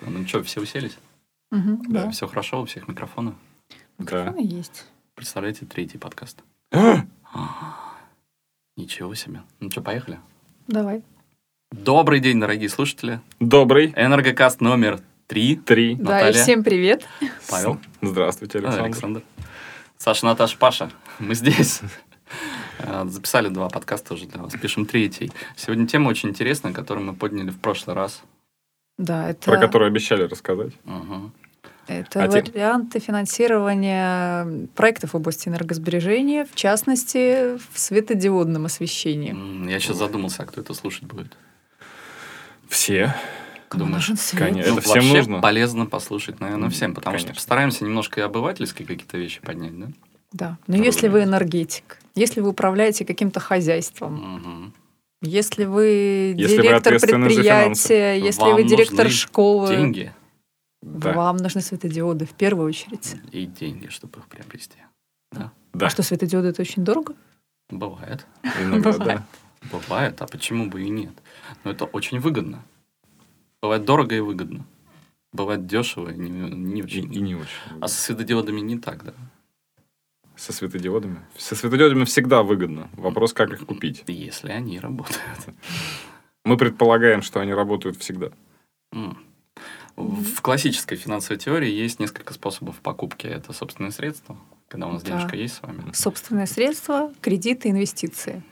Ну что, все уселись? Мгм, Да. да. Все хорошо, у всех микрофоны. Микрофоны есть. Представляете, третий подкаст. А? Ничего себе. Ну что, поехали? Давай. Добрый день, дорогие слушатели. Добрый. Энергокаст номер три. Три. Да, и Наталья. всем привет. Павел. А, Э, Здравствуйте, Александр. Александр. Саша, Наташа, Паша. Мы здесь. Э, Записали два подкаста уже для вас. Пишем третий. Сегодня тема очень интересная, которую мы подняли в прошлый раз. Да, это, Про которую обещали рассказать. Мгм. это А те- варианты финансирования проектов в области энергосбережения, в частности, в светодиодном освещении. М, Я сейчас задумался, а кто это слушать будет. Все. Кому думаешь, нужен свет? конечно. Это Ну, всем вообще нужно? полезно послушать, наверное, всем, потому Конечно. что постараемся немножко и обывательские какие-то вещи поднять, да? Да. Но если вы Разумеется. энергетик, если вы управляете каким-то хозяйством, Мгм. если вы Если вы директор ответственны за предприятия, если Вам вы директор нужны школы, Деньги Да. вам нужны светодиоды в первую очередь. и деньги, чтобы их приобрести. Да. А что, светодиоды это очень дорого? Бывает. Иногда, Бывает. да. Бывает, а почему бы и нет? Но это очень выгодно. Бывает дорого и выгодно. Бывает дешево и не, не И, очень. и не очень. А со светодиодами не так, да? Со светодиодами? Со светодиодами всегда выгодно. Вопрос, как их купить. Если они работают. Мы предполагаем, что они работают всегда. М. В классической финансовой теории есть несколько способов покупки. Это собственные средства, когда у нас Да. денежка есть с вами. Собственные средства, кредиты, инвестиции.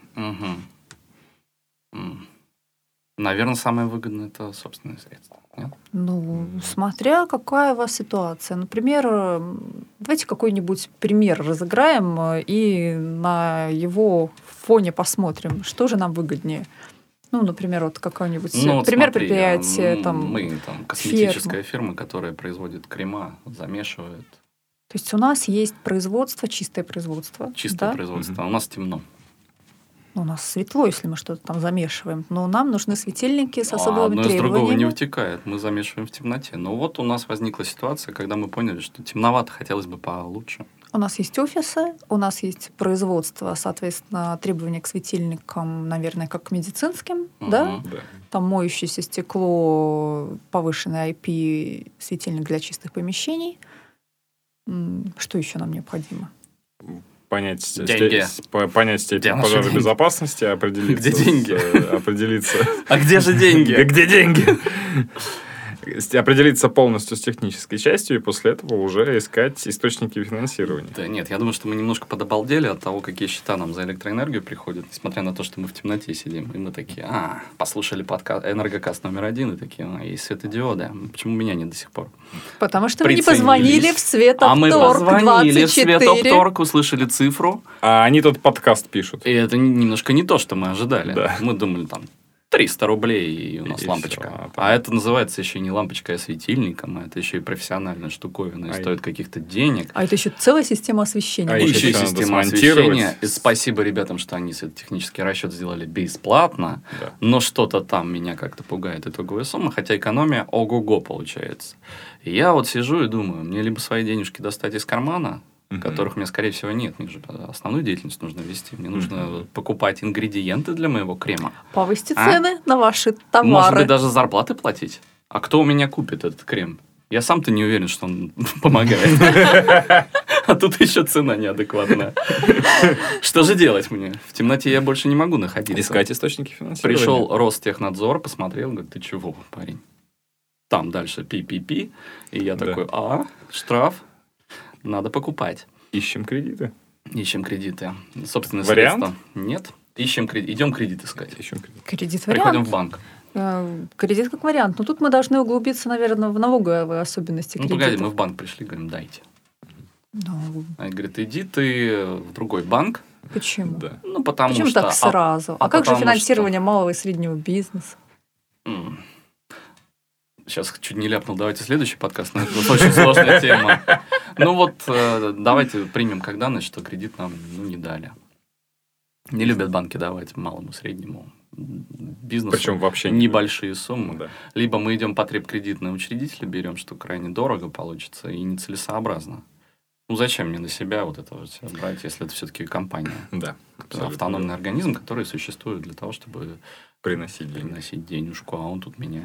Наверное, самое выгодное это собственные средства. Нет? Ну, смотря какая у вас ситуация. Например, э, давайте какой-нибудь пример разыграем э, и на его фоне посмотрим, что же нам выгоднее. Ну, например, вот какой-нибудь э, Ну, вот пример смотри, предприятия, м, там, Мы там косметическая фирма, которая производит крема, замешивает то есть у нас есть производство, чистое производство, чистое да? производство. Мгм. А у нас темно. Ну, у нас светло, если мы что-то там замешиваем, но нам нужны светильники с А особыми одно из другого не требованиями. утекает. Мы замешиваем в темноте. Но вот у нас возникла ситуация, когда мы поняли, что темновато хотелось бы получше. У нас есть офисы, у нас есть производство, соответственно, требования к светильникам, наверное, как к медицинским, да? Мгм. Да. Там моющееся стекло, повышенный IP, светильник для чистых помещений. М, Что еще нам необходимо? Понять, сте- Деньги. с- по- понять Где степень наши пожарной деньги? безопасности, а определиться. Где деньги? с, э, Определиться. А где же Где- деньги? Где деньги? С- Определиться полностью с технической частью и после этого уже искать источники финансирования. Да нет, я думаю, что мы немножко подобалдели от того, какие счета нам за электроэнергию приходят, несмотря на то, что мы в темноте сидим. И мы такие, а, послушали подкаст «Энергокаст номер один», и такие, а, есть светодиоды. Почему меня нет до сих пор? Потому что мы не Приценились. позвонили в А мы Светопторг позвонили в 24. Светопторг, услышали цифру, А они тут подкаст пишут. и это н- немножко не то, что мы ожидали. Да. Мы думали, там, 300 рублей, и у нас И лампочка. всё, а там- а это называется еще не лампочка, а светильником, а это еще и профессиональная штуковина, и А стоит каких-то денег. А это еще целая система И А освещения. ещё еще и всё надо система смонтировать. освещения. И спасибо ребятам, что они светотехнический расчет сделали бесплатно. Да. Но что-то там меня как-то пугает итоговая сумма, хотя экономия ого-го получается. И я вот сижу и думаю, мне либо свои денежки достать из кармана, Мгм. которых у меня, скорее всего, нет. Мне же э, основную деятельность нужно вести. Мне нужно Мгм. покупать ингредиенты для моего крема. Повысьте А? цены на ваши Может быть, товары. даже зарплаты платить. А кто у меня купит этот крем? Я сам-то не уверен, что он помогает. А тут еще цена неадекватная. Что же делать мне? В темноте я больше не могу находиться. Искать источники финансирования. Пришел Ростехнадзор, посмотрел, говорит, ты чего, парень? Там дальше пи-пи-пи. И я Да. такой, а, штраф, надо покупать. Ищем кредиты. Ищем кредиты. Собственно, Вариант? средства. Нет. Ищем кредит. Идем кредит искать. Ищем кредиты. Кредит вариант. Приходим в банк. Э, Кредит как вариант. Но тут мы должны углубиться, наверное, в налоговые особенности Ну, кредита. погоди, мы в банк пришли, говорим, дайте. Ну, Они говорят, иди ты в другой банк. почему? Да. Ну, потому Почему что... так а, сразу? А, а как же потому финансирование малого и среднего бизнеса? м. Сейчас чуть не ляпнул, давайте следующий подкаст, но это очень сложная тема. Ну вот, э, давайте примем как данность, что кредит нам ну, не дали. Не любят банки давать малому, среднему м, бизнесу. Причем вообще Ну, не- небольшие суммы. Да. Либо мы идем по требкредитной учредителя берем, что крайне дорого получится и нецелесообразно. Ну зачем мне на себя вот это вот всё брать, если это все-таки компания? Да. Это абсолютно. автономный организм, который существует для того, чтобы Приносить деньги. приносить денежку, а он тут меня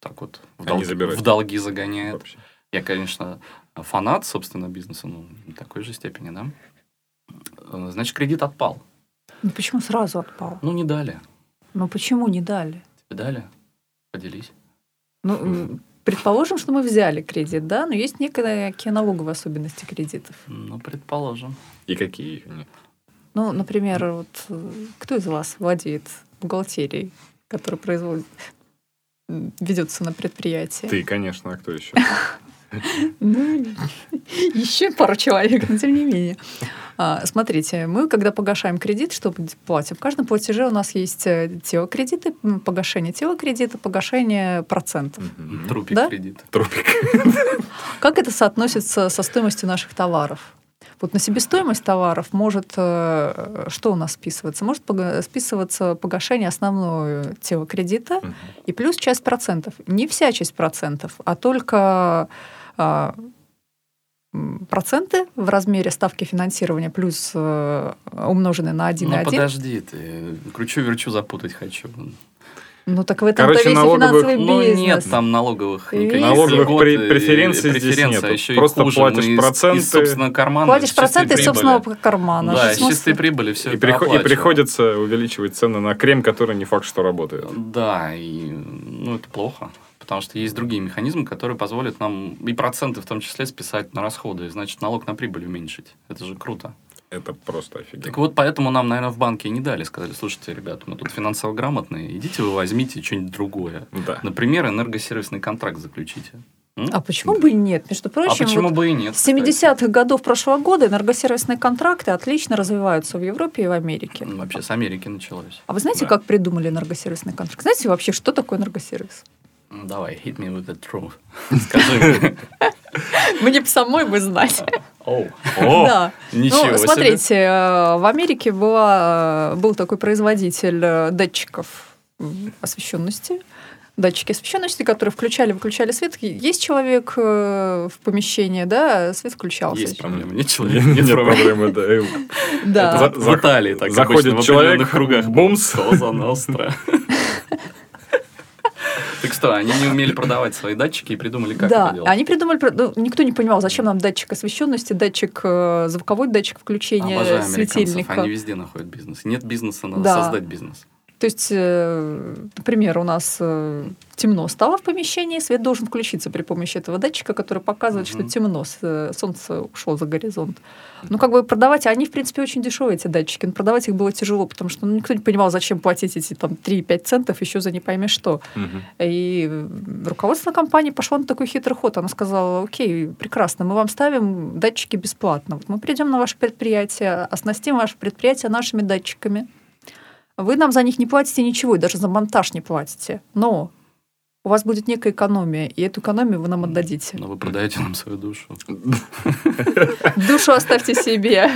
так вот в, Они долги- забирают. в долги загоняет. вообще. Я, конечно, фанат, собственно, бизнеса, ну, в такой же степени, да. Э, Значит, кредит отпал. Ну почему сразу отпал? Ну, не дали. Ну почему не дали? Тебе дали? Поделись. Ну, м, предположим, что мы взяли кредит, да, но есть некая налоговые особенности кредитов. Ну, предположим. И какие они? Ну, например, вот э, кто из вас владеет бухгалтерией, которая производит м, ведется на предприятии. Ты, конечно, а кто еще? Ну, еще пару человек, но тем не менее. А, Смотрите, мы, когда погашаем кредит, что платим? В каждом платеже у нас есть э, телокредиты, м, погашение телокредита, погашение процентов. Мгм. Трупик Да? кредит. Трупик. Как это соотносится со стоимостью наших товаров? Вот на себестоимость товаров может э, что у нас списываться? Может пога- списываться погашение основного тела кредита Мгм. и плюс часть процентов. Не вся часть процентов, а только э, м, проценты в размере ставки финансирования плюс э, умноженные на 1,1. Ну, подожди ты. Кручу-верчу запутать хочу. Ну, так в этом-то Короче, весь и налоговых- финансовый Ну, бизнес. нет там налоговых Есть. никаких Налоговых льгот пре- и преференций здесь преференций, нету. а еще и Просто хуже. платишь Мы из- проценты. Из собственного кармана. Платишь из чистой проценты из прибыли. собственного кармана. Да, Ну, в из смысле? чистой прибыли все И, приход- и приходится увеличивать цены на крем, который не факт, что работает. Да, и ну, это плохо. Потому что есть другие механизмы, которые позволят нам и проценты в том числе списать на расходы, и значит налог на прибыль уменьшить. Это же круто. Это просто Так офигенно. вот, поэтому нам, наверное, в банке и не дали. Сказали, слушайте, ребята, мы тут финансово грамотные, идите вы возьмите что-нибудь другое. Да. Например, энергосервисный контракт заключите. М? А почему бы и нет? Между А прочим, почему вот бы и нет? с кстати? 70-х годов прошлого года энергосервисные контракты отлично развиваются в Европе и в Америке. Ну, Вообще с Америки началось. А вы знаете, Да. как придумали энергосервисный контракт? Знаете вообще, что такое энергосервис? М, Ну, Давай, hit me with the truth. Скажи. Мне бы самой бы знать. Оу. Да. Ничего Ну, себе. смотрите, э, в Америке была, э, был такой производитель э, датчиков м, освещенности. Датчики освещенности, которые включали, выключали свет. Е- Есть человек э, в помещении, да, свет включался. Есть проблема, нет человека, Нет нет проблем. проблемы, да. И Да. Это В Италии так заходит обычно, в человек, определенных кругах. бумс. Коза ностра. Так что, они не умели продавать свои датчики и придумали, как да, это делать. они придумали, про- ну, никто не понимал, зачем нам датчик освещенности, датчик э, звуковой, датчик включения Обожаю американцев, светильника. они везде находят бизнес. Нет бизнеса, надо Да. создать бизнес. То есть, э, например, у нас э, темно стало в помещении, свет должен включиться при помощи этого датчика, который показывает, Мгм. что темно, с- э, солнце ушло за горизонт. Ну, как бы продавать, а они, в принципе, очень дешевые, эти датчики, но продавать их было тяжело, потому что ну, никто не понимал, зачем платить эти там 3-5 центов еще за не пойми что. Мгм. И э, руководство компании пошло на такой хитрый ход. Она сказала, окей, прекрасно, мы вам ставим датчики бесплатно. Вот мы придем на ваше предприятие, оснастим ваше предприятие нашими датчиками. Вы нам за них не платите ничего, и даже за монтаж не платите. Но у вас будет некая экономия, и эту экономию вы нам отдадите. Но вы продаете нам свою душу. Душу оставьте себе,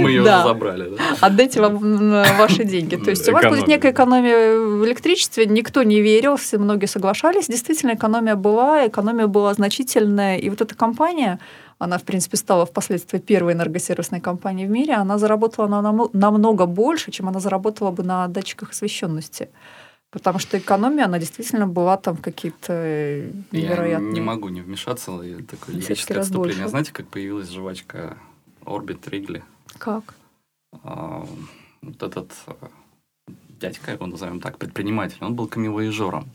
Мы ее Да. уже забрали, да? отдайте вам м, ваши деньги. То есть у вас будет Экономия. некая экономия в электричестве, никто не верил, все многие соглашались. Действительно, экономия была, экономия была значительная. И вот эта компания, она, в принципе, стала впоследствии первой энергосервисной компанией в мире, она заработала на- намо- намного больше, чем она заработала бы на датчиках освещенности. Потому что экономия, она действительно была там какие-то э, Я невероятные. не могу не вмешаться, я такое Десятки лирическое раз отступление. больше. А знаете, как появилась жвачка Орбит Ригли? Как? А, вот этот э, дядька, его назовем так, предприниматель, он был камевоежером.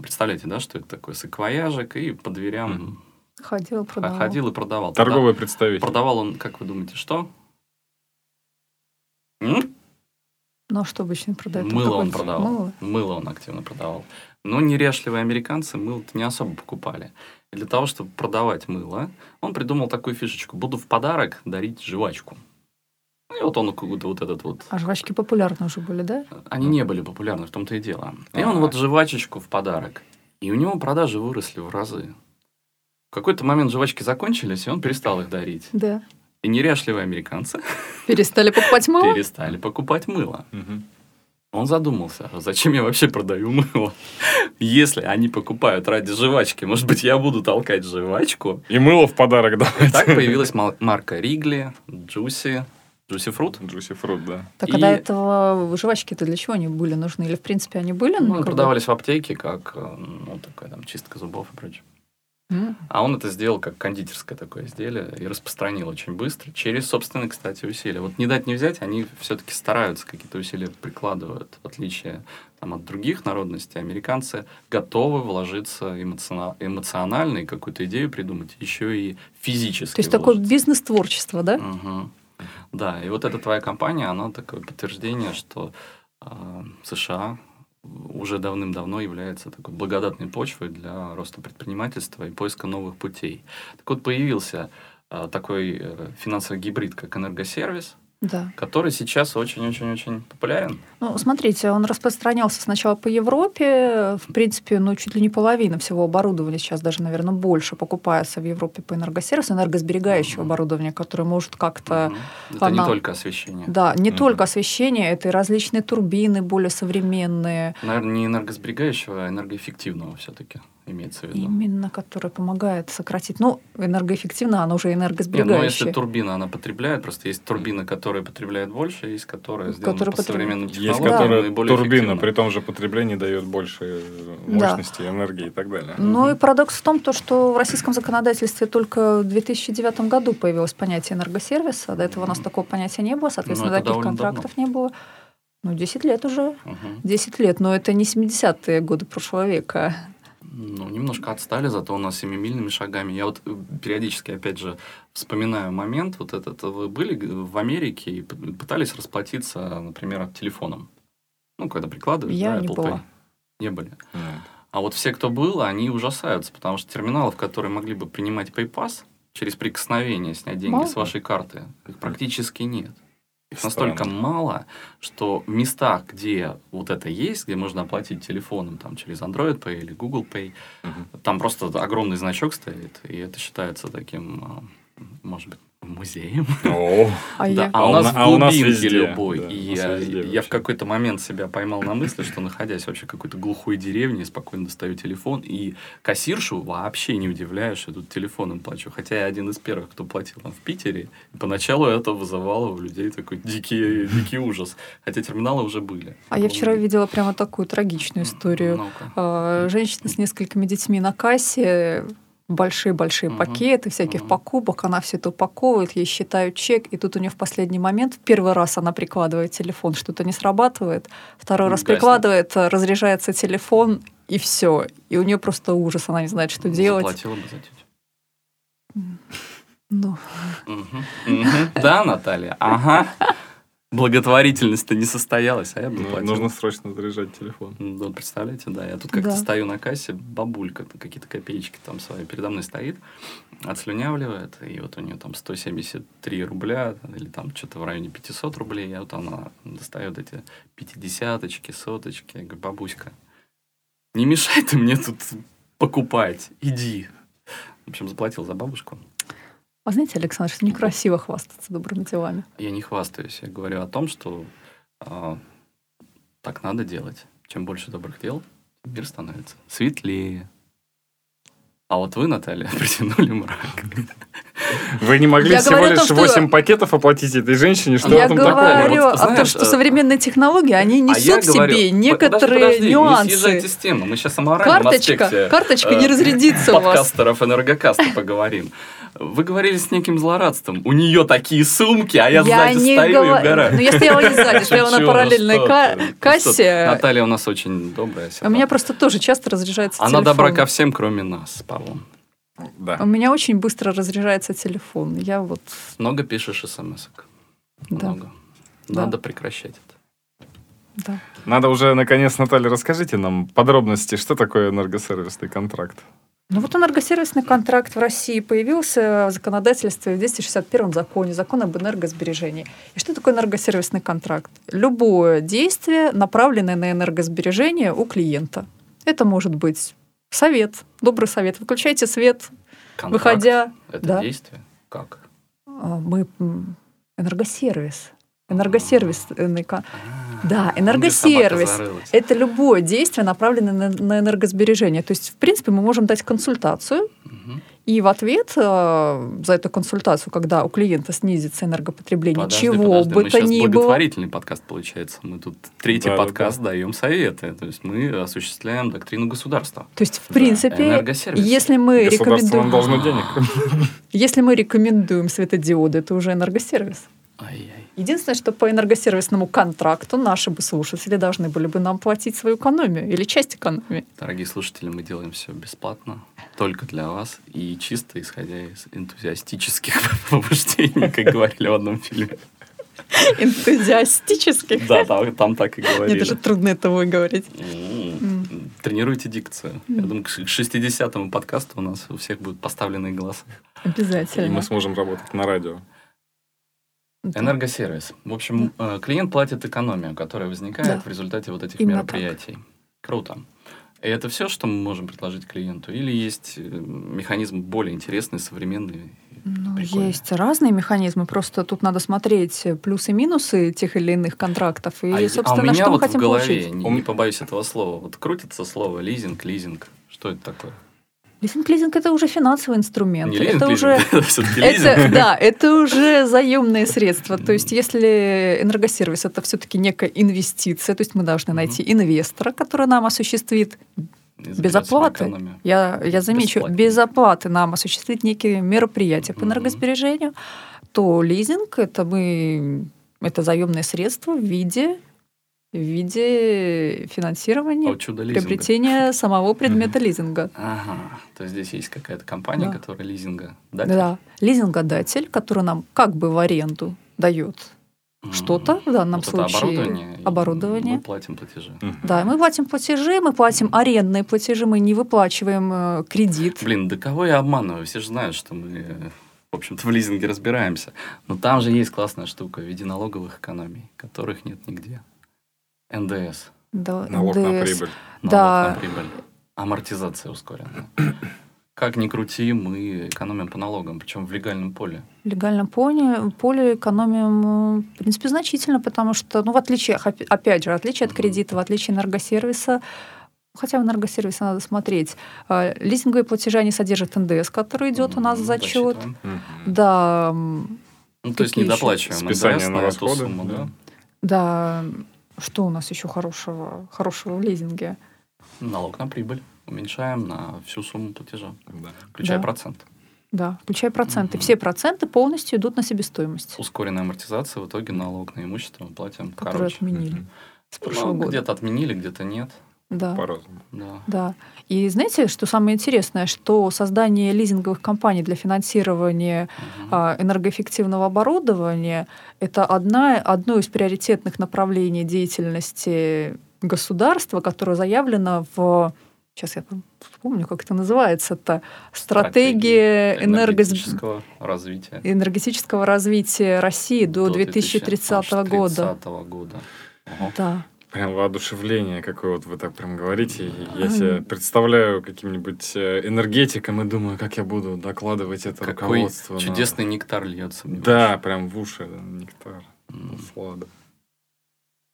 Представляете, да, что это такое? Саквояжик и по дверям Мгм. Ходила, продавала. ходил и продавал. Торговый Прода- представитель. Продавал он, как вы думаете, что? М? Ну, а что обычно продают? Мыло он Какое-нибудь продавал. Мыло? Мыло он активно продавал. Но нерешливые американцы мыло-то не особо покупали. И для того, чтобы продавать мыло, он придумал такую фишечку. Буду в подарок дарить жвачку. Ну, и вот он какой-то вот этот вот А жвачки популярны уже были, да? Они не были популярны, в том-то и дело. И А. он вот жвачечку в подарок. И у него продажи выросли в разы. В какой-то момент жвачки закончились, и он перестал их дарить. Да. И неряшливые американцы Перестали покупать мыло? перестали покупать мыло. Мгм. Он задумался, «А зачем я вообще продаю мыло? Если они покупают ради жвачки, может быть, я буду толкать жвачку? И мыло в подарок давайте. Так появилась мал- марка Ригли, Джуси, Juicy Fruit. Juicy Fruit, да. Так И- а до этого жвачки-то для чего они были нужны? Или, в принципе, они были? Ну, как бы- продавались в аптеке как, э, ну, такая там чистка зубов и прочее. М. А он это сделал как кондитерское такое изделие и распространил очень быстро через собственные, кстати, усилия. Вот не дать не взять, они все-таки стараются, какие-то усилия прикладывают, в отличие там, от других народностей. Американцы готовы вложиться эмоциона- эмоционально и какую-то идею придумать, еще и физически. То есть такое вложиться. бизнес-творчество, да? Мгм. Да, и вот эта твоя компания, она такое подтверждение, что а, США уже давным-давно является такой благодатной почвой для роста предпринимательства и поиска новых путей. Так вот, появился а, такой э, финансовый гибрид, как энергосервис, Да. который сейчас очень-очень-очень популярен. Ну, смотрите, он распространялся сначала по Европе. В принципе, ну, чуть ли не половина всего оборудования сейчас, даже, наверное, больше покупается в Европе по энергосервису, энергосберегающего Мгм. оборудования, которое может как-то Мгм. Это не она- только освещение. Да, не Мгм. только освещение, это и различные турбины более современные, Наверное, не энергосберегающего, а энергоэффективного все-таки имеется в виду. именно которые помогают сократить. Ну, энергоэффективно, оно уже Не, ну если энергосберегающее. турбина, она потребляет, просто есть турбины, которые потребляют больше, есть которые сделаны Которые по потребляют. современным Есть, технологиям которые и более турбина эффективно. при том же потреблении дает больше Да. мощности, энергии и так далее. Ну и Мгм. парадокс в том, то, что в российском законодательстве только в 2009 году появилось понятие энергосервиса. До этого у нас Мгм. Ну, такого понятия не было, соответственно, это таких довольно контрактов не было. Ну, 10 лет уже. Мгм. 10 лет, но это не 70-е годы прошлого века. Ну, немножко отстали, зато у нас семимильными шагами. Я вот э, периодически, опять же, вспоминаю момент вот этот. э, Вы были г- в Америке и п- пытались расплатиться, например, телефоном? Ну, когда прикладываешь, Я да, не Apple была. Pay. Не были. Нет. А вот все, кто был, они ужасаются, потому что терминалов, которые могли бы принимать PayPass, через прикосновение снять деньги Мало. с вашей карты, их практически нет. Их Странно. настолько мало, что в местах, где вот это есть, где можно оплатить телефоном там, через Android Pay или Google Pay, Мгм. там просто огромный значок стоит, и это считается таким, а, может быть, музеем. О, А Да, я... а у А у нас на- а у нас глубинки везде, любой. да, и у нас я, везде я вообще. в какой-то момент себя поймал на мысли, что находясь вообще в какой-то глухой деревне, спокойно достаю телефон и кассиршу вообще не удивляюсь, что тут телефоном плачу. Хотя я один из первых, кто платил там в Питере. И поначалу это вызывало у людей такой дикий, дикий ужас. Хотя терминалы уже были. а я вчера видела прямо такую трагичную историю. Ну-ка. А, женщина с несколькими детьми на кассе, большие-большие Мгм. пакеты всяких Мгм. покупок, она все это упаковывает, ей считают чек, и тут у нее в последний момент, в первый раз она прикладывает телефон, что-то не срабатывает, второй раз Гаснет. прикладывает, а, разряжается телефон, и все. И у нее просто ужас, она не знает, что делать. Заплатила бы за тетю. Ну, Мгм. Мгм. Да, Наталья? Ага. Благотворительность-то не состоялась, а я бы ну, платил. нужно срочно заряжать телефон. Ну, вот представляете, да, я тут как-то Да. стою на кассе, бабулька т- какие-то копеечки там свои передо мной стоит, отслюнявливает, и вот у нее там 173 рубля, или там что-то в районе 500 рублей, я вот она достает эти пятидесяточки, соточки, я говорю, бабуська, не мешай ты мне тут покупать, иди. В общем, заплатил за бабушку. а знаете, Александр, что некрасиво хвастаться добрыми делами. Я не хвастаюсь, я говорю о том, что а, так надо делать. Чем больше добрых дел, тем мир становится светлее. А вот вы, Наталья, притянули мрак. Вы не могли Я всего говорю о лишь том, что- 8 пакетов оплатить этой женщине? А Что я там говорю такое? Вот Вот, о том, знаешь, что э, современные технологии, они А я несут в говорю, себе по- некоторые подожди, подожди, Не нюансы. съезжайте с темы, мы сейчас о моральном Карточка, аспекте карточка не э, разрядится у вас. подкастеров энергокаста поговорим. Вы говорили с неким злорадством. У нее такие сумки, а я, сзади стою говорю. и угораю. Ну, я стояла не сзади, стояла на Шучу, ну параллельной что ка- ты, ну что ты. кассе. А Наталья у нас очень добрая. всегда. У меня просто тоже часто разряжается Она телефон. добра ко всем, кроме нас, по-моему. У Да. меня очень быстро разряжается телефон. Я вот, Много пишешь смс -ок. да, Много. Да. Надо прекращать это. да. Надо уже, наконец, Наталья, расскажите нам подробности, что такое энергосервисный контракт. Ну вот энергосервисный контракт в России появился в законодательстве в 261 законе, закон об энергосбережении. И что такое энергосервисный контракт? Любое действие, направленное на энергосбережение у клиента. Это может быть совет, добрый совет. Выключайте свет, Контракт выходя. Это да. действие? Как? А, Мы м, энергосервис. Энергосервисный кон- Да, А. Где собака энергосервис. Э, зарылась? Это любое действие, направленное на, на энергосбережение. То есть, в принципе, мы можем дать консультацию Мгм. И в ответ э, за эту консультацию, когда у клиента снизится энергопотребление, Подожди, чего подожди, мы бы то щас ни было, благотворительный подкаст получается. Мы тут третий Да, да, подкаст даем советы. То есть мы осуществляем доктрину государства. то есть в Да, принципе, Энергосервис. если мы Государство рекомендуем, нам должно денег. если мы рекомендуем светодиоды, это уже энергосервис. Ай-яй. Единственное, что по энергосервисному контракту наши бы слушатели должны были бы нам платить свою экономию или часть экономии. Дорогие слушатели, мы делаем все бесплатно, только для вас и чисто исходя из энтузиастических побуждений, как говорили в одном фильме. Энтузиастических. Да, там, там так и Мне говорили. даже трудно это выговорить. М, Тренируйте дикцию. Я М. думаю, к ши- к 60-му подкасту у нас у всех будут поставленные голоса. И мы Обязательно. сможем работать на радио. Да. Энергосервис. В общем, э, клиент платит экономию, которая возникает Да. в результате вот этих Именно мероприятий. Круто. И это все, что мы можем предложить клиенту? Или есть э, механизм более интересный, современный? Ну, Прикольно. есть разные механизмы, просто тут надо смотреть плюсы и минусы тех или иных контрактов и, а, я- а у собственно, меня что мы вот в хотим голове, получить. не, Он- не побоюсь этого слова, вот крутится слово лизинг, лизинг. Что это такое? Лизинг-лизинг – это уже финансовый инструмент. не это лизинг, уже лизинг, это все-таки Это, лизинг. да, это уже заемные средства. То есть, если энергосервис это все-таки некая инвестиция, то есть мы должны найти инвестора, который нам осуществит, И заберёт без себе оплаты. экономию. я, я замечу, Бесплатно. без оплаты нам осуществит некие мероприятия по Мгм. энергосбережению, то лизинг это мы это заемные средства в виде, в виде А финансирования у чудо лизинга. приобретения самого предмета лизинга. Ага, то есть здесь есть какая-то компания, Да. которая лизинга дает? Да, лизингодатель, который нам как бы в аренду дает Мгм. что-то в данном Вот это случае. оборудование. и оборудование. Мы платим платежи. Да, и мы платим платежи, мы платим арендные платежи, мы не выплачиваем э, кредит. Блин, да кого я обманываю? Все же знают, что мы, э, в общем-то, в лизинге разбираемся. Но там же есть классная штука в виде налоговых экономий, которых нет нигде. НДС. Да, Налог на НДС. прибыль. Налог Да. на прибыль. Амортизация ускоренная. Как ни крути, мы экономим по налогам, причем в легальном поле. В легальном поле, поле экономим, э, в принципе, значительно, потому что, ну, в отличие, опя- опять же, в отличие от Мгм. кредита, в отличие энергосервиса, хотя в энергосервисе надо смотреть, э, лизинговые платежи, они содержат ндс, который идет у нас М, за счет. рассчитываем. Мгм. Да, м, Ну, то есть Какие не еще? доплачиваем Списание НДС на на эту расходы, сумму, да. да? да, что у нас еще хорошего, хорошего в лизинге? Налог на прибыль уменьшаем на всю сумму платежа, Да. включая Да. процент. Да, включая проценты. Мгм. Все проценты полностью идут на себестоимость. Ускоренная амортизация, в итоге налог на имущество мы платим, которые короче. отменили Мгм. с прошлого Ну, года. Где-то отменили, где-то нет. Да. По-разному. Да. Да. И знаете, что самое интересное, что создание лизинговых компаний для финансирования Мгм. а, энергоэффективного оборудования это одна, одно из приоритетных направлений деятельности государства, которое заявлено в сейчас я вспомню, как это называется-то, стратегия, энергосб- энергетического развития энергетического развития России до, 2030 года. 2030 года. Ого. Да. Прям воодушевление, какое вот вы так прям говорите. И Я Ам. себя представляю каким-нибудь э, энергетиком и думаю, как я буду докладывать это Какой руководство. на- чудесный нектар льется. мне. Да, прям в уши, да, нектар. М. Слада.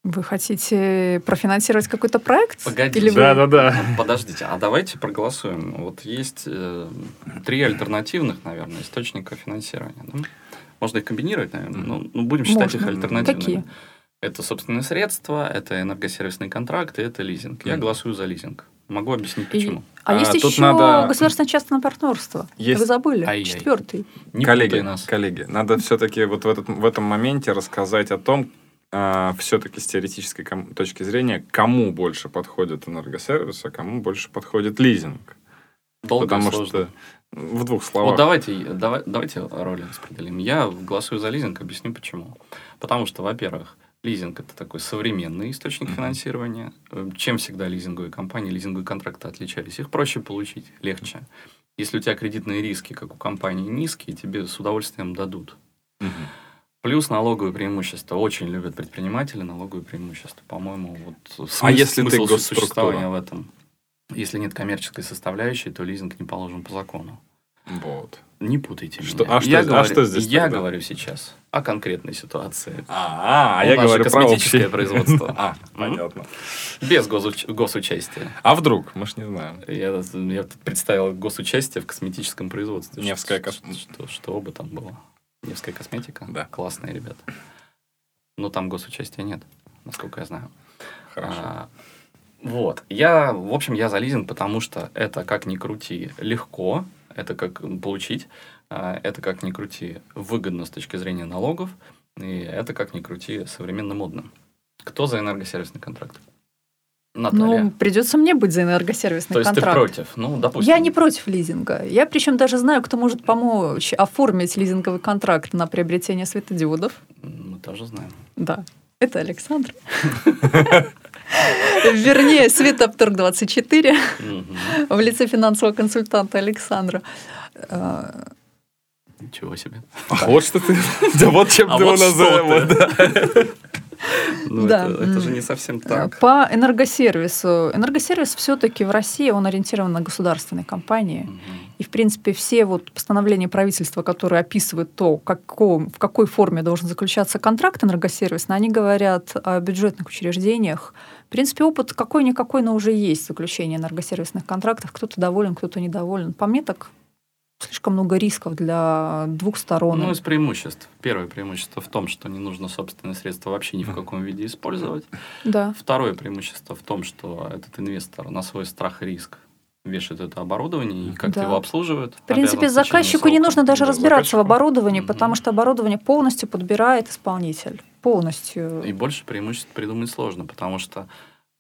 Вы хотите профинансировать какой-то проект? Погодите. Или вы- Да-да-да. Подождите, а давайте проголосуем. Вот есть э, три альтернативных, наверное, источника финансирования. да? Можно их комбинировать, наверное, Мгм. но, ну, будем считать Можно. их альтернативными. Какие? Это собственные средства, это энергосервисные контракты, это лизинг. Я Мгм. голосую за лизинг. Могу объяснить, И- почему. А, А, есть тут еще надо- государственное частное партнерство. Есть. Вы забыли. Ай-яй. Четвертый. Не коллеги, путай нас. коллеги, надо все-таки вот в, этот, в этом моменте рассказать о том, все-таки с теоретической ком- точки зрения, кому больше подходит энергосервис, а кому больше подходит лизинг. Долго и Потому сложно. что в двух словах. Вот давайте, давай- давайте роли распределим. Я голосую за лизинг, объясню почему. Потому что, во-первых, лизинг это такой современный источник Мгм. финансирования. Э, Чем всегда лизинговые компании, лизинговые контракты отличались? Их проще получить, легче. Если у тебя кредитные риски, как у компании, низкие, тебе с удовольствием дадут. Мгм. Плюс налоговые преимущества. Очень любят предприниматели налоговые преимущества. По-моему, вот А если ты смысл госструктура? существования в этом. Если нет коммерческой составляющей, то лизинг не положен по закону. Вот. Не путайте Что- меня. а что- я а говорю, что здесь я тогда? говорю сейчас о конкретной ситуации. А, У а я нас же говорю про косметическое общее. производство. А, Мгм. понятно. Без госуч- госучастия. А вдруг? Мы ж не знаем. Я, я тут представил госучастие в косметическом производстве. Невская Что- кос- Что, что оба там было? Невская косметика? Да. Классные ребята. Но там госучастия нет, насколько я знаю. Хорошо. А, вот. Я, в общем, я за лизинг, потому что это как ни крути легко, это как получить, а, это как ни крути выгодно с точки зрения налогов, и это как ни крути современно модно. Кто за энергосервисный контракт? Наталья. Ну, придется мне быть за энергосервисный То есть контракт. ты против? Ну, допустим. Я не против лизинга. Я причем даже знаю, кто может помочь оформить лизинговый контракт на приобретение светодиодов. Мы тоже знаем. Да, это Александр. Вернее, Светопторг24 Мгм. в лице финансового консультанта Александра. Э, Ничего себе. А вот что ты... Да вот чем А ты у вот нас... что за- ты. вот, да. Ну, Да. это, это же М. не совсем э, так. По энергосервису. Энергосервис все-таки в России, он ориентирован на государственные компании. Мгм. И, в принципе, все вот постановления правительства, которые описывают то, каком- в какой форме должен заключаться контракт энергосервисный, они говорят о бюджетных учреждениях. В принципе, опыт какой-никакой, но уже есть заключение энергосервисных контрактов. Кто-то доволен, кто-то недоволен. По мне так слишком много рисков для двух сторон. Ну, из преимуществ. Первое преимущество в том, что не нужно собственные средства вообще ни в каком виде использовать. да. Второе преимущество в том, что этот инвестор на свой страх и риск вешает это оборудование и как-то Да. его обслуживает. В обязан принципе, в течение заказчику не срока. нужно даже Да, разбираться в заказчику. оборудовании, Мгм. потому что оборудование полностью подбирает исполнитель. Полностью. Ну, И больше преимуществ придумать сложно, потому что,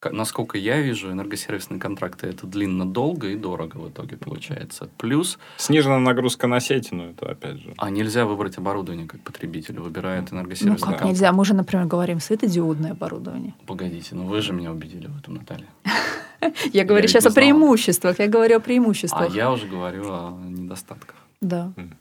к- насколько я вижу, энергосервисные контракты это длинно, долго и дорого в итоге получается. Плюс, Снижена нагрузка на сети, ну это опять же. а нельзя выбрать оборудование, как потребитель выбирает Ну энергосервисный как контракт. нельзя? Мы же, например, говорим светодиодное оборудование. Погодите, ну вы же меня убедили в этом, Наталья. Я говорю ведь сейчас не о знала. преимуществах. Я говорю о А преимуществах. я уже говорю о недостатках. Да. Мгм.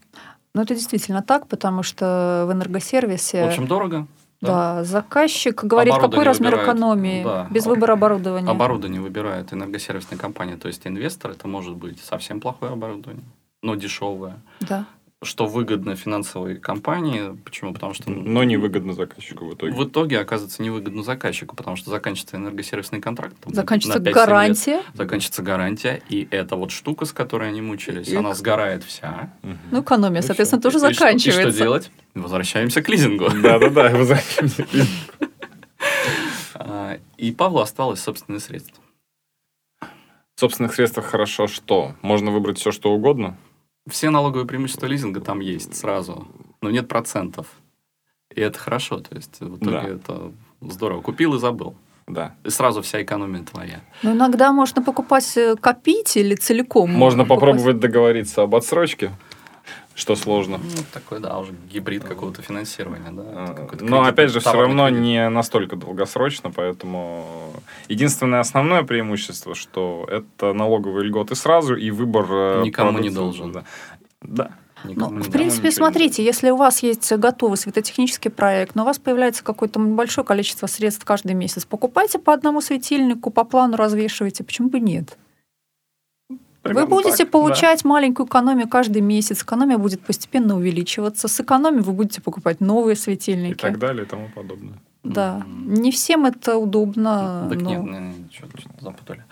Но это действительно так, потому что в энергосервисе В общем, дорого. да, заказчик говорит, какой Оборудование размер выбирает. экономии Да. без выбора оборудования. Оборудование выбирает энергосервисная компания, то есть инвестор. Это может быть совсем плохое оборудование, но дешевое. Да. Что выгодно финансовой компании. Почему? Потому что ну, Но невыгодно заказчику в итоге. в итоге оказывается невыгодно заказчику, потому что заканчивается энергосервисный контракт. там, Заканчивается на 5-7 лет. гарантия. Заканчивается гарантия, и эта вот штука, с которой они мучились, И- она сгорает вся. Мгм. Ну, экономия, И всё. соответственно, тоже И что- заканчивается. и что делать? Возвращаемся к лизингу. Да-да-да, вы заметили. А, И Павлу осталось собственное средство. В собственных средствах хорошо что? Можно выбрать все, что угодно. Все налоговые преимущества лизинга там есть сразу, но Ну, нет процентов. И это хорошо, то есть в итоге Да. это здорово. Купил и забыл. Да. И сразу вся экономия твоя. Ну, иногда можно покупать, э, копить или целиком. Можно покупать. попробовать договориться об отсрочке, что сложно. Ну, такой, да, уже гибрид какого-то финансирования, да. это какой-то Но кредит, А, ну, опять же, все товарный равно кредит. не настолько долгосрочно, поэтому единственное основное преимущество, что это налоговые льготы сразу и выбор э, Никому не продукции. должен. Да. Да. Ну, Никому не в дам. принципе, ничего не смотрите, если у вас есть готовый светотехнический проект, но у вас появляется какое-то большое количество средств каждый месяц, покупайте по одному светильнику, по плану развешивайте, почему бы нет? Примерно вы будете так, да. получать маленькую экономию каждый месяц, экономия будет постепенно увеличиваться, с экономией вы будете покупать новые и светильники. так далее и тому подобное. Да, Мгм. не всем это удобно. Так но- нет, не, не, чё- чё-то запутали.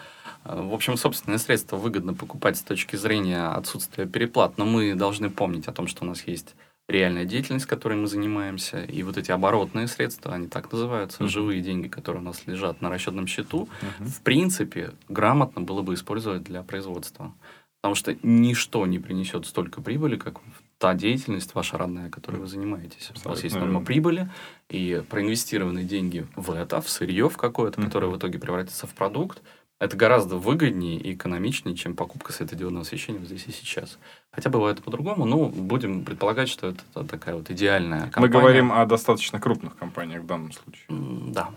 А, В общем, собственные средства выгодно покупать с точки зрения отсутствия переплат, но мы должны помнить о том, что у нас есть реальная деятельность, которой мы занимаемся, и вот эти оборотные средства, они так называются, Мгм. живые деньги, которые у нас лежат на расчетном счету, Мгм. в принципе, грамотно было бы использовать для производства. Потому что ничто не принесет столько прибыли, как та деятельность ваша родная, которой вы занимаетесь. У вас Абсолютно есть норма верно. прибыли, и проинвестированные деньги в это, в сырье в какое-то, Мгм. которое в итоге превратится в продукт, это гораздо выгоднее и экономичнее, чем покупка светодиодного освещения вот здесь и сейчас. Хотя бывает по-другому, но будем предполагать, что это та- такая вот идеальная компания. Мы говорим о достаточно крупных компаниях в данном случае. М, Да.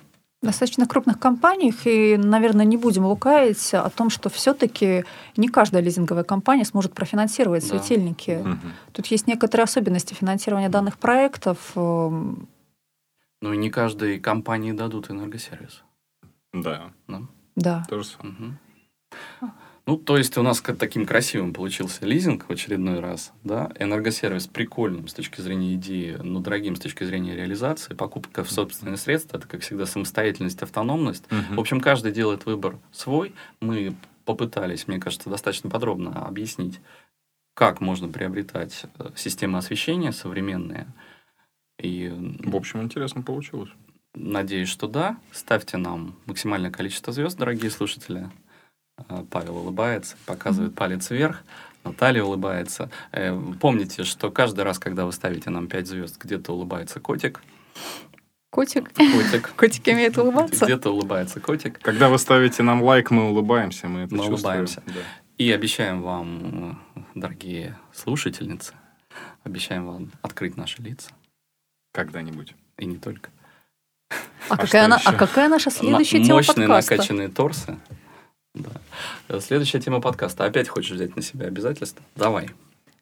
достаточно крупных компаниях, и, наверное, не будем лукавить о том, что все-таки не каждая лизинговая компания сможет профинансировать Да. светильники. Да. Мгм. Тут есть некоторые особенности финансирования данных проектов. Эм, Ну и не каждой компании дадут энергосервис. Да, Да. то же самое. Мгм. Ну, то есть у нас к- таким красивым получился лизинг в очередной раз, да, энергосервис прикольным с точки зрения идеи, но дорогим с точки зрения реализации, покупка в собственные средства, это, как всегда, самостоятельность, автономность. В общем, каждый делает выбор свой. Мы попытались, мне кажется, достаточно подробно объяснить, как можно приобретать э, системы освещения современные. И м, В общем, интересно получилось. Надеюсь, что да. Ставьте нам максимальное количество звезд, дорогие слушатели. Э, Павел улыбается, показывает палец вверх. Наталья улыбается. Э, Помните, что каждый раз, когда вы ставите нам 5 звезд, где-то улыбается котик. Котик. Котик. Котик имеет улыбаться. Где-то улыбается котик. Когда вы ставите нам лайк, мы улыбаемся, мы это Мы чувствуем. улыбаемся. Да. И обещаем вам, э, дорогие слушательницы, обещаем вам открыть наши лица. Когда-нибудь. И не только. А, А какая что на- а еще? какая наша следующая На- тема Мощные подкаста? накачанные торсы. Да. Э, Следующая тема подкаста. Опять хочешь взять на себя обязательства? Давай.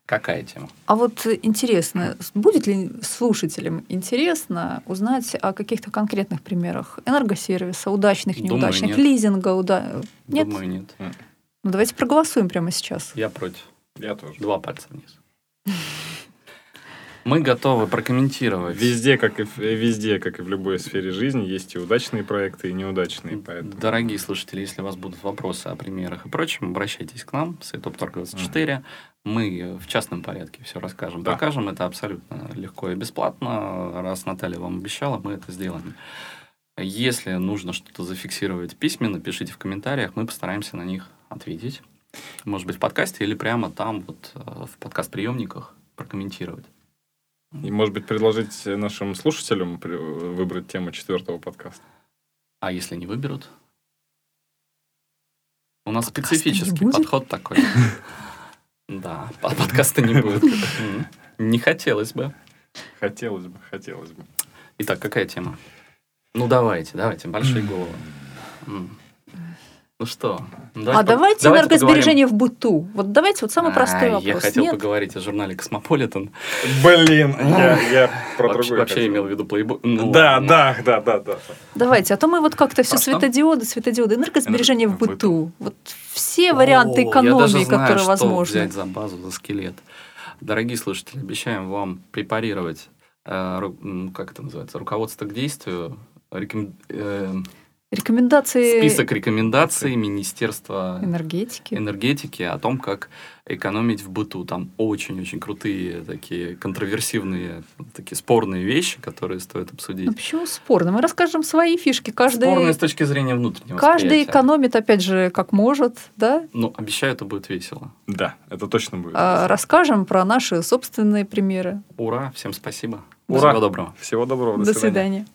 Какая тема? А вот э, интересно, с- будет ли слушателям интересно узнать о каких-то конкретных примерах энергосервиса, удачных, Думаю, неудачных, нет. лизинга, уда... Нет? Думаю, нет. Ну давайте проголосуем прямо сейчас. Я против. Я тоже. Два пальца вниз. Мы готовы прокомментировать. Везде, как и в, э, везде, как и в любой сфере жизни, есть и удачные проекты, и неудачные. Поэтому Дорогие слушатели, если у вас будут вопросы о примерах и прочем, обращайтесь к нам, Сайтоп Торг 24. Мы э, в частном порядке все расскажем, Да. покажем. Это абсолютно легко и бесплатно. Раз Наталья вам обещала, мы это сделаем. Если нужно что-то зафиксировать письменно, пишите в комментариях, мы постараемся на них ответить. Может быть, в подкасте или прямо там, вот э, в подкаст-приемниках прокомментировать. И, может быть, предложить нашим слушателям при- э, выбрать тему четвертого подкаста. А если не выберут? У нас Подкаста не специфический будет? подход такой. Да, под- подкаста не будет. М, Не хотелось бы. Хотелось бы, хотелось бы. Итак, какая тема? Ну, давайте, давайте, большие головы. М. Ну что? ну, а по- давайте, поговорим. энергосбережение в быту. Вот давайте вот самый простой А, вопрос. Я хотел Нет? поговорить о журнале «Космополитен». Блин, я, я про Вообще другое вообще хотел. имел в виду плейбой. Ну, Да, ладно. да, да, да, да. Давайте, а то мы вот как-то все А что? светодиоды, светодиоды, энергосбережение в Энерго- в быту. Вот все варианты О, экономии, я даже знаю, которые что возможны. взять за базу, за скелет. Дорогие слушатели, обещаем вам препарировать, э, ру- м, как это называется, руководство к действию, реком- э, Рекомендации список рекомендаций Министерства Э, энергетики. энергетики о том, как экономить в быту. Там очень-очень крутые такие контроверсивные, такие спорные вещи, которые стоит Ну обсудить. почему спорно? Мы расскажем свои фишки. Каждый, Спорные с точки зрения внутреннего каждый восприятия. экономит, опять же, как может, да? Ну, обещаю, это будет весело. Да, это точно будет. А, расскажем про наши собственные примеры. Ура, всем спасибо. Ура. Всего доброго. Всего доброго, До свидания.